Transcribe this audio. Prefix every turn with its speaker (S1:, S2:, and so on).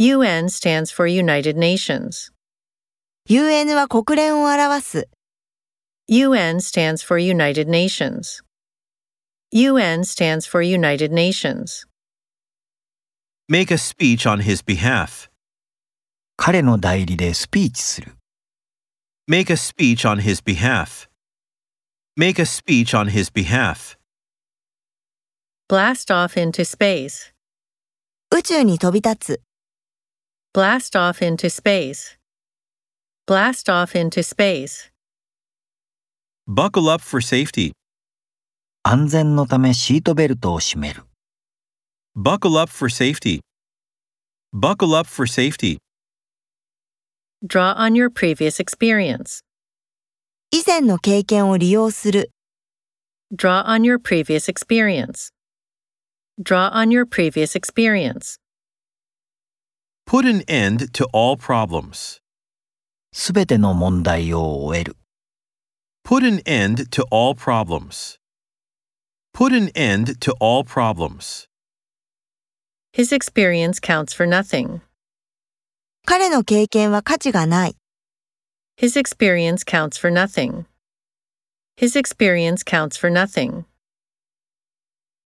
S1: UN stands for United Nations.
S2: UN は国連を表す。
S1: UN stands for United Nations. UN stands for United Nations.
S3: Make a speech on his behalf.
S4: 彼の代理でスピーチする。
S3: Make a speech on his behalf. Make a speech on his behalf.
S1: Blast off into space.
S2: 宇宙に飛び立つ。
S1: Blast off into space. Blast off into space.
S3: Buckle up for safety.
S4: 安全のためシートベルトを締める。
S3: Buckle up for safety. Buckle up for safety.
S1: Draw on your previous experience.
S2: 以前の経験を利用する。
S1: Draw on your previous experience. Draw on your previous experience.
S3: Put an end to all problems.
S4: すべての問題を終える。
S3: Put an end to all problems. Put an end to all problems.
S1: His experience counts for nothing.
S2: 彼の経験は価値がない。
S1: His experience counts for nothing. His experience counts for nothing.